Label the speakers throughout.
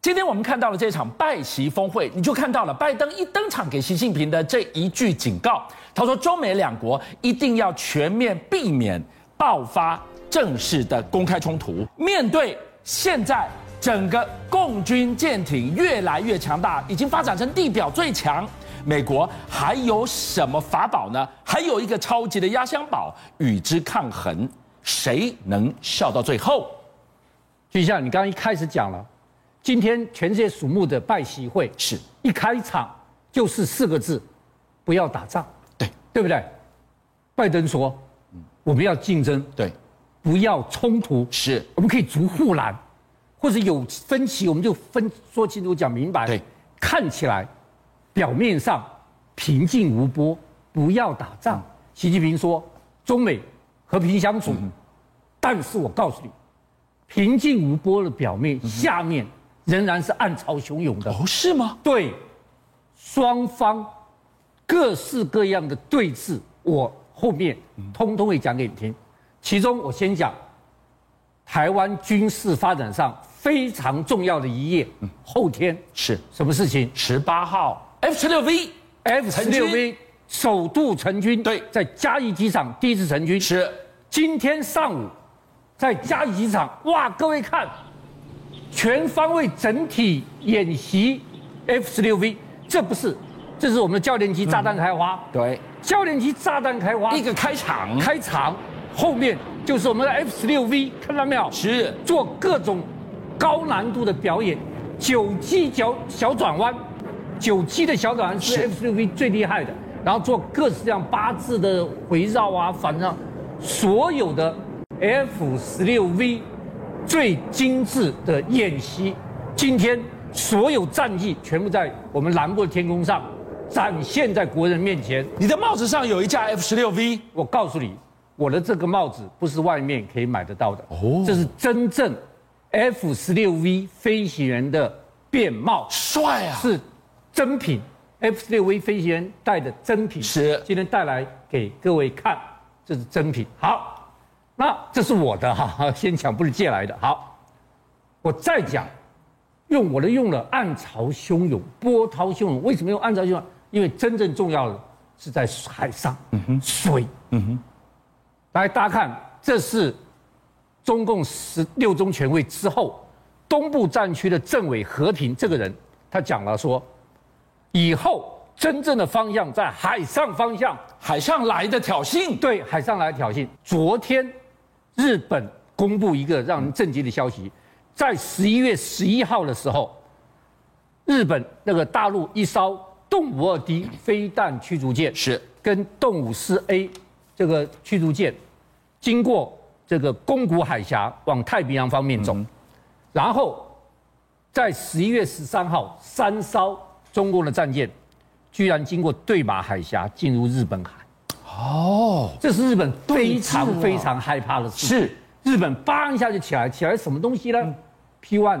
Speaker 1: 今天我们看到了这场拜习峰会，你就看到了拜登一登场给习近平的这一句警告，他说中美两国一定要全面避免爆发正式的公开冲突。面对现在整个共军舰艇越来越强大，已经发展成地表最强。美国还有什么法宝呢？还有一个超级的压箱宝与之抗衡，谁能笑到最后？
Speaker 2: 就像你刚刚一开始讲了，今天全世界瞩目的拜习会
Speaker 1: 是
Speaker 2: 一开场就是四个字：不要打仗，
Speaker 1: 对
Speaker 2: 对不对？拜登说，我们要竞争，
Speaker 1: 对，
Speaker 2: 不要冲突，
Speaker 1: 是
Speaker 2: 我们可以逐护栏，或者有分歧我们就分说清楚讲明白。
Speaker 1: 对，
Speaker 2: 看起来表面上平静无波，不要打仗。习近平说中美和平相处，但是我告诉你，平静无波的表面、下面仍然是暗潮汹涌的。
Speaker 1: 哦，是吗？
Speaker 2: 对，双方各式各样的对峙，我后面通通会讲给你听。其中我先讲台湾军事发展上非常重要的一页，后天
Speaker 1: 是
Speaker 2: 什么事情
Speaker 1: 十八号 F 十六 V
Speaker 2: ？F
Speaker 1: 成
Speaker 2: 十
Speaker 1: 军
Speaker 2: 六 V 首度成军，
Speaker 1: 对
Speaker 2: 在嘉义机场第一次成军。
Speaker 1: 是
Speaker 2: 今天上午在嘉义机场，哇，各位看，全方位整体演习 F 十六 V，这不是，这是我们的教练机炸弹开花，
Speaker 1: 对
Speaker 2: 教练机炸弹开花
Speaker 1: 嗯一个开场，
Speaker 2: 开场，后面就是我们的 F 十六 V，看到没有？
Speaker 1: 是
Speaker 2: 做各种高难度的表演，九 G 小小转弯，九 G 的小转弯是
Speaker 1: 是
Speaker 2: F 6 V 最厉害的，然后做各式各样八字的回绕啊，反正所有的 F 1 6 V 最精致的演习，今天所有战绩全部在我们蓝波的天空上展现在国人面前。
Speaker 1: 你的帽子上有一架 F 十六 V，
Speaker 2: 我告诉你，我的这个帽子不是外面可以买得到的，
Speaker 1: 哦
Speaker 2: 哦，这是真正 F 十六 V 飞行员的便帽，
Speaker 1: 帅啊！
Speaker 2: 是真品。F 十六 V 飞行员戴的真品
Speaker 1: 是
Speaker 2: 今天带来给各位看，这是真品。好，那这是我的哈， 先讲不是借来的。好，我再讲，用我的用了暗潮汹涌、波涛汹涌。为什么用暗潮汹涌？因为真正重要的是在海上，水。嗯哼，来大家看，这是中共十六中全会之后，东部战区的政委和平这个人，他讲了说，以后真正的方向在海上方向。
Speaker 1: 海上来的挑衅，
Speaker 2: 对海上来挑衅。昨天，日本公布一个让人震惊的消息，在十一月十一号的时候，日本那个大陆一艘动五二 D 飞弹驱逐舰
Speaker 1: 是
Speaker 2: 跟动五四 A 这个驱逐舰，经过这个宫古海峡往太平洋方面走，然后在十一月十三号，三艘中共的战舰居然经过对马海峡进入日本海。
Speaker 1: 哦，
Speaker 2: 这是日本非
Speaker 1: 对峙
Speaker 2: 常
Speaker 1: 了
Speaker 2: 非常害怕的事。
Speaker 1: 是嗯
Speaker 2: 日本叭一下就起来，起来什么东西呢？P one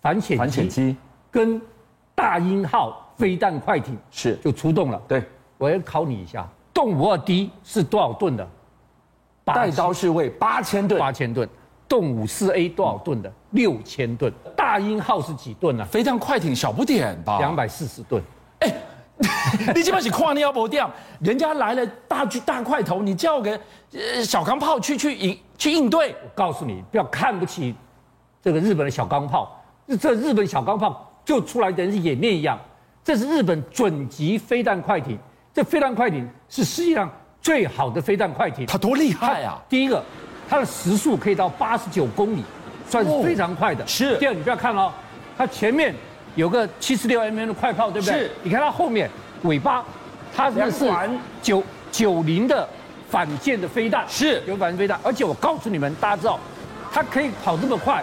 Speaker 2: 反潜
Speaker 1: 反潜机
Speaker 2: 跟大鹰号飞弹快艇
Speaker 1: 是
Speaker 2: 就出动了。
Speaker 1: 对，
Speaker 2: 我要考你一下，动五二 D 是多少吨的？
Speaker 1: 带刀侍卫八千吨，
Speaker 2: 八千吨。动五四 A 多少吨的？六千吨。大鹰号是几吨呢、
Speaker 1: 飞弹快艇小不点吧？
Speaker 2: 啊？两百四十吨。
Speaker 1: 你基本是跨尿不掉，人家来了大巨大块头，你叫个呃小钢炮去去应去应对，
Speaker 2: 我告诉你，不要看不起这个日本的小钢炮，这日本小钢炮就出来等于是演练一样。这是日本准级飞弹快艇，这飞弹快艇是世界上最好的飞弹快艇。
Speaker 1: 他多厉害啊！
Speaker 2: 第一个，它的时速可以到八十九公里，算是非常快的。
Speaker 1: 是
Speaker 2: 第二，你不要看哦，它前面有个七十六 mm 的快炮，对不对？
Speaker 1: 是
Speaker 2: 你看它后面尾巴，它那是
Speaker 1: 两管
Speaker 2: 九九零的反舰的飞弹，
Speaker 1: 是
Speaker 2: 有反舰飞弹。而且我告诉你们，大家知道，它可以跑这么快，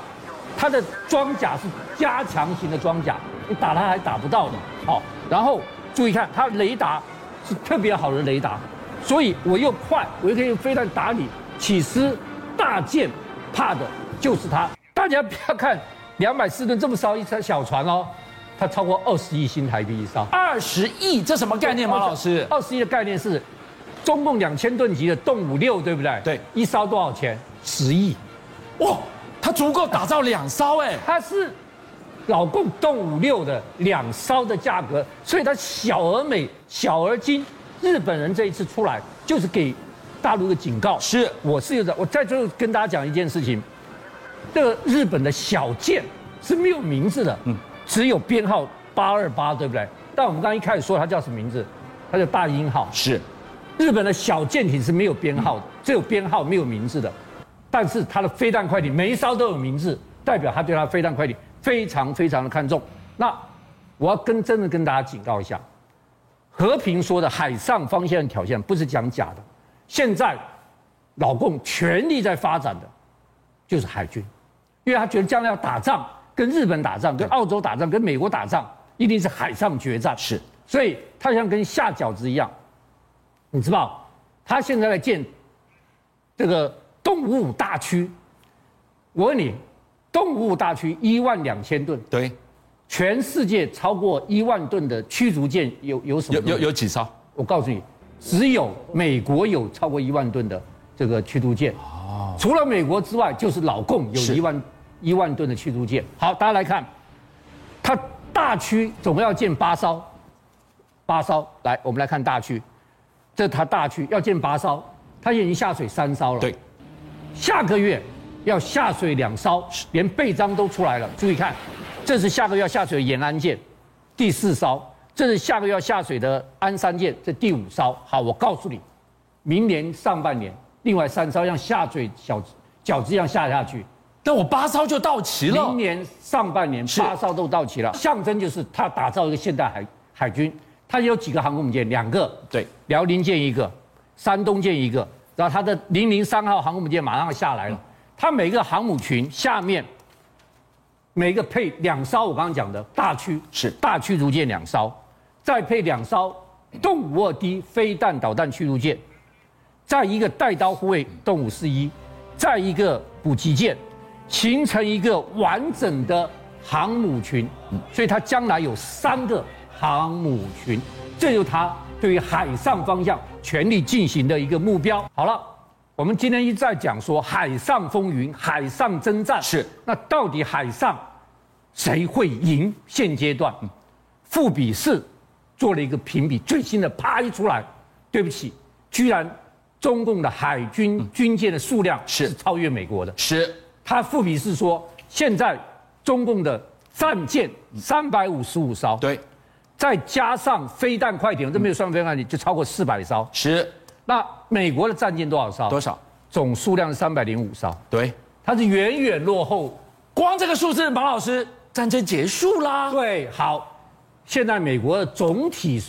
Speaker 2: 它的装甲是加强型的装甲，你打它还打不到呢。好，然后注意看，它雷达是特别好的雷达，所以我又快，我又可以用飞弹打你。其实大舰怕的就是它。大家不要看两百四吨这么少一艘小船哦，它超过二十亿新台币一艘。
Speaker 1: 二十亿，这什么概念，马老师？
Speaker 2: 哦二十一的概念是，中共两千吨级的动五六，对不对？
Speaker 1: 对
Speaker 2: 一艘多少钱？十亿。
Speaker 1: 哇，他足够打造两艘哎，
Speaker 2: 它是老共动五六的两艘的价格，所以它小而美，小而精。日本人这一次出来就是给大陆的警告，
Speaker 1: 是
Speaker 2: 我是有的。我在最后跟大家讲一件事情，这个日本的小舰是没有名字的，嗯，只有编号八二八，对不对？但我们刚刚一开始说它叫什么名字，它叫大英号。
Speaker 1: 是
Speaker 2: 日本的小舰艇是没有编号的，只有编号没有名字的，但是它的飞弹快艇每一艘都有名字，代表他对它的飞弹快艇非常非常的看重。那我要跟真的跟大家警告一下，和平说的海上方向挑战不是讲假的，现在老共全力在发展的就是海军，因为他觉得将来要打仗，跟日本打仗、跟澳洲打仗、跟美国打仗，一定是海上决战。
Speaker 1: 是，
Speaker 2: 所以他像跟下饺子一样，你知道，他现在在建这个东五五大区。我问你，东五五大区一万两千吨，
Speaker 1: 对，
Speaker 2: 全世界超过一万吨的驱逐舰有有什么
Speaker 1: 有
Speaker 2: 东西？
Speaker 1: 有有几艘？
Speaker 2: 我告诉你，只有美国有超过一万吨的这个驱逐舰。哦，除了美国之外，就是老共有
Speaker 1: 是
Speaker 2: 一万一万吨的驱逐舰。好，大家来看，它大区总共要建八艘，八艘。来，我们来看大区，这它大区要建八艘，它已经下水三艘了。
Speaker 1: 对，
Speaker 2: 下个月要下水两艘，连备章都出来了。注意看，这是下个月要下水的延安舰，第四艘；这是下个月要下水的鞍山舰，这第五艘。好，我告诉你，明年上半年另外三艘像下水小饺子一样下下去。
Speaker 1: 但我八艘就到齐了
Speaker 2: 明。年上半年
Speaker 1: 是
Speaker 2: 八艘都到齐了，象征就是他打造一个现代海海军。它有几个航空母舰？两个，
Speaker 1: 对，
Speaker 2: 辽宁舰一个，山东舰一个，然后它的零零三号航空母舰马上下来了。它每个航母群下面每个配两艘，我刚刚讲的大驱
Speaker 1: 是
Speaker 2: 大驱逐舰两艘，再配两艘动五二 D 飞弹导弹驱逐舰，再一个带刀护卫动五四一，再一个补给舰，形成一个完整的航母群。所以它将来有三个航母群，这就是它对于海上方向全力进行的一个目标。好了，我们今天一再讲说海上风云、海上征战
Speaker 1: 是，
Speaker 2: 那到底海上谁会赢？现阶段，富比士做了一个评比，最新的啪一出来，对不起，居然中共的海军军舰的数量
Speaker 1: 是
Speaker 2: 是超越美国的。
Speaker 1: 是
Speaker 2: 他富比士说，现在中共的战舰三百五十五艘，
Speaker 1: 对，
Speaker 2: 再加上飞弹快艇，这没有算飞弹快艇，就超过四百艘。
Speaker 1: 是
Speaker 2: 那美国的战舰多少艘？
Speaker 1: 多？少？
Speaker 2: 总数量是三百零五艘，
Speaker 1: 对，
Speaker 2: 它是远远落后
Speaker 1: 光这个数字，马老师，战争结束啦。
Speaker 2: 对，好，现在美国的总体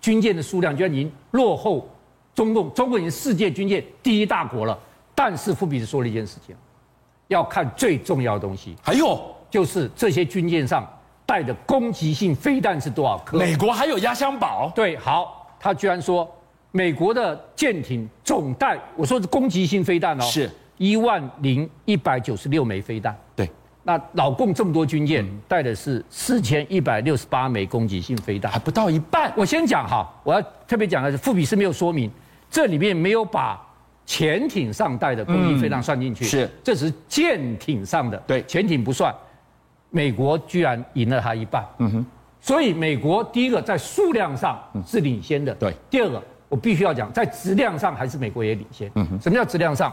Speaker 2: 军舰的数量居然已经落后中共，中共已经世界军舰第一大国了。但是富比士说了一件事情，要看最重要的东西，
Speaker 1: 还有，
Speaker 2: 就是这些军舰上带的攻击性飞弹是多少颗。
Speaker 1: 美国还有压箱宝。
Speaker 2: 对，好，他居然说美国的舰艇总带，我说是攻击性飞弹哦，
Speaker 1: 是
Speaker 2: 一万零一百九十六枚飞弹。
Speaker 1: 对，
Speaker 2: 那老共这么多军舰，
Speaker 1: 嗯
Speaker 2: 带的是四千一百六十八枚攻击性飞弹
Speaker 1: 还。不到一半。
Speaker 2: 我先讲哈，我要特别讲的是，富比士没有说明，这里面没有把潜艇上带的攻击飞弹算进去，
Speaker 1: 嗯是，
Speaker 2: 这只是舰艇上的，
Speaker 1: 对
Speaker 2: 潜艇不算。美国居然赢了他一半，嗯哼，所以美国第一个在数量上是领先的，
Speaker 1: 嗯对
Speaker 2: 第二个我必须要讲，在质量上还是美国也领先，嗯哼，什么叫质量上？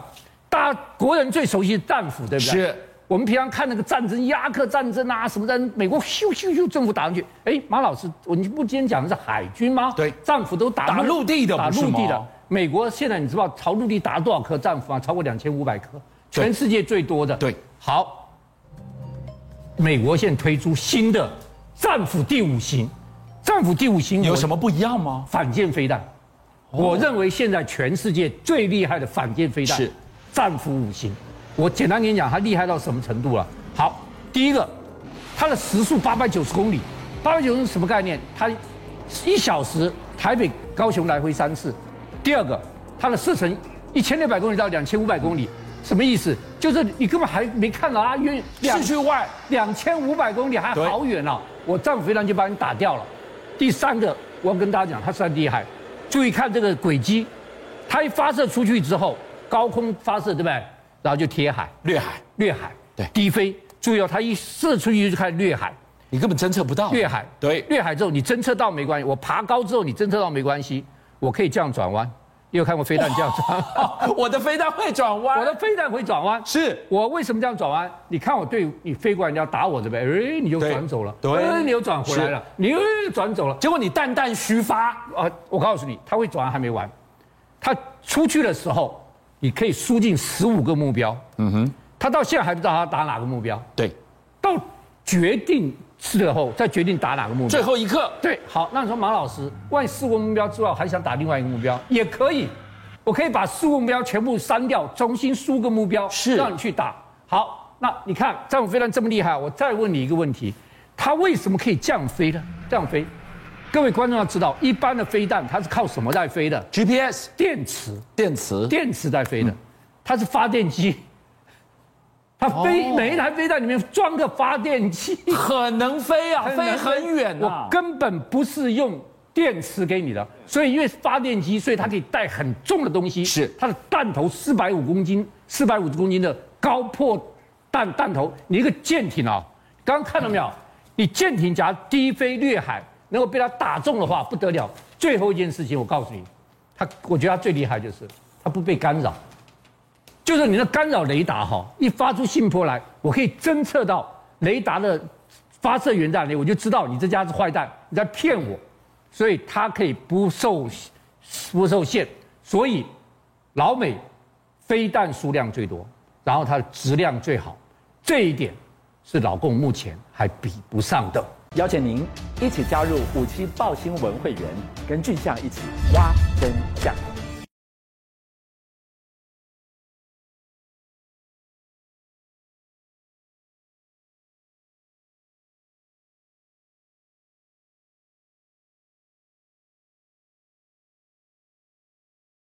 Speaker 2: 大家国人最熟悉的战斧，对不对？
Speaker 1: 是
Speaker 2: 我们平常看那个战争，伊拉克战争啊，什么战争，美国咻咻咻，政府打上去。哎，马老师，我你不今天讲的是海军吗？
Speaker 1: 对
Speaker 2: 战斧都打
Speaker 1: 打陆地的
Speaker 2: 打
Speaker 1: 不是
Speaker 2: 陆地
Speaker 1: 吗
Speaker 2: 的。美国现在你知道朝啊陆地打了多少颗战斧吗？啊超过两千五百颗，
Speaker 1: 对
Speaker 2: 全世界最多的。
Speaker 1: 对，
Speaker 2: 好，美国现在推出新的战斧第五型，战斧第五型
Speaker 1: 有
Speaker 2: 我
Speaker 1: 什么不一样吗？
Speaker 2: 哦反舰飞弹。我认为现在全世界最厉害的反舰飞弹
Speaker 1: 是
Speaker 2: 战斧五型。我简单跟你讲，它厉害到什么程度了？好，第一个，它的时速八百九十公里，八百九是什么概念？它一小时台北高雄来回三次。第二个，它的射程一千六百公里到两千五百公里，什么意思？就是你根本还没看到它远
Speaker 1: 市区外
Speaker 2: 两千五百公里还
Speaker 1: 对
Speaker 2: 好远啊！我战斧飞弹就把你打掉了。第三个，我要跟大家讲，它算厉害。注意看这个轨迹，它一发射出去之后，高空发射对不对？然后就贴海，
Speaker 1: 掠海
Speaker 2: 掠海，
Speaker 1: 对
Speaker 2: 低飞。注意哦，它一射出去就开始掠海，
Speaker 1: 你根本侦测不到
Speaker 2: 越海，
Speaker 1: 对
Speaker 2: 越海之后你侦测到没关系，我爬高之后你侦测到没关系，我可以这样转弯。你有看过飞弹这样转弯？
Speaker 1: 哦我的飞弹会转弯，
Speaker 2: 我的飞弹会转弯。
Speaker 1: 是
Speaker 2: 我为什么这样转弯？你看我队伍，你飞过来，你要打我这边，哎，你又转走了，
Speaker 1: 对对
Speaker 2: 哎，你又转回来了，你又转走了。
Speaker 1: 结果你蛋蛋虚发，
Speaker 2: 啊，我告诉你，他会转弯还没完，他出去的时候，你可以输进十五个目标。嗯哼，他到现在还不知道他打哪个目标，
Speaker 1: 对，
Speaker 2: 到决定之后再决定打哪个目标。
Speaker 1: 最后一刻
Speaker 2: 对，好，那你说马老师，万一四个目标之外，我还想打另外一个目标，也可以，我可以把四个目标全部删掉，重新输个目标，
Speaker 1: 是
Speaker 2: 让你去打。好，那你看战斧飞弹这么厉害，我再问你一个问题，它为什么可以这样飞呢？这样飞，各位观众要知道，一般的飞弹它是靠什么在飞的？
Speaker 1: GPS
Speaker 2: 电池，
Speaker 1: 电池
Speaker 2: 电池在
Speaker 1: 嗯
Speaker 2: 飞的，它是发电机。它飞、
Speaker 1: 哦
Speaker 2: 每一台飞弹里面装个发电机，
Speaker 1: 很能飞啊，
Speaker 2: 很
Speaker 1: 飞
Speaker 2: 难
Speaker 1: 很远
Speaker 2: 我
Speaker 1: 啊。
Speaker 2: 根本不是用电池给你的，所以因为发电机，所以它可以带很重的东西。
Speaker 1: 是
Speaker 2: 它的弹头四百五公斤，四百五十公斤的高破弹弹头，你一个舰艇啊，刚刚看到没有？你舰艇夹低飞掠海，能够被它打中的话不得了。最后一件事情，我告诉你，它我觉得它最厉害就是它不被干扰。就是你的干扰雷达哈，一发出信波来，我可以侦测到雷达的发射源在哪里，我就知道你这家是坏蛋，你在骗我，所以它可以不受不受限，所以老美飞弹数量最多，然后它的质量最好，这一点是老共目前还比不上的。
Speaker 3: 邀请您一起加入五七报新闻会员，跟俊相一起挖真相。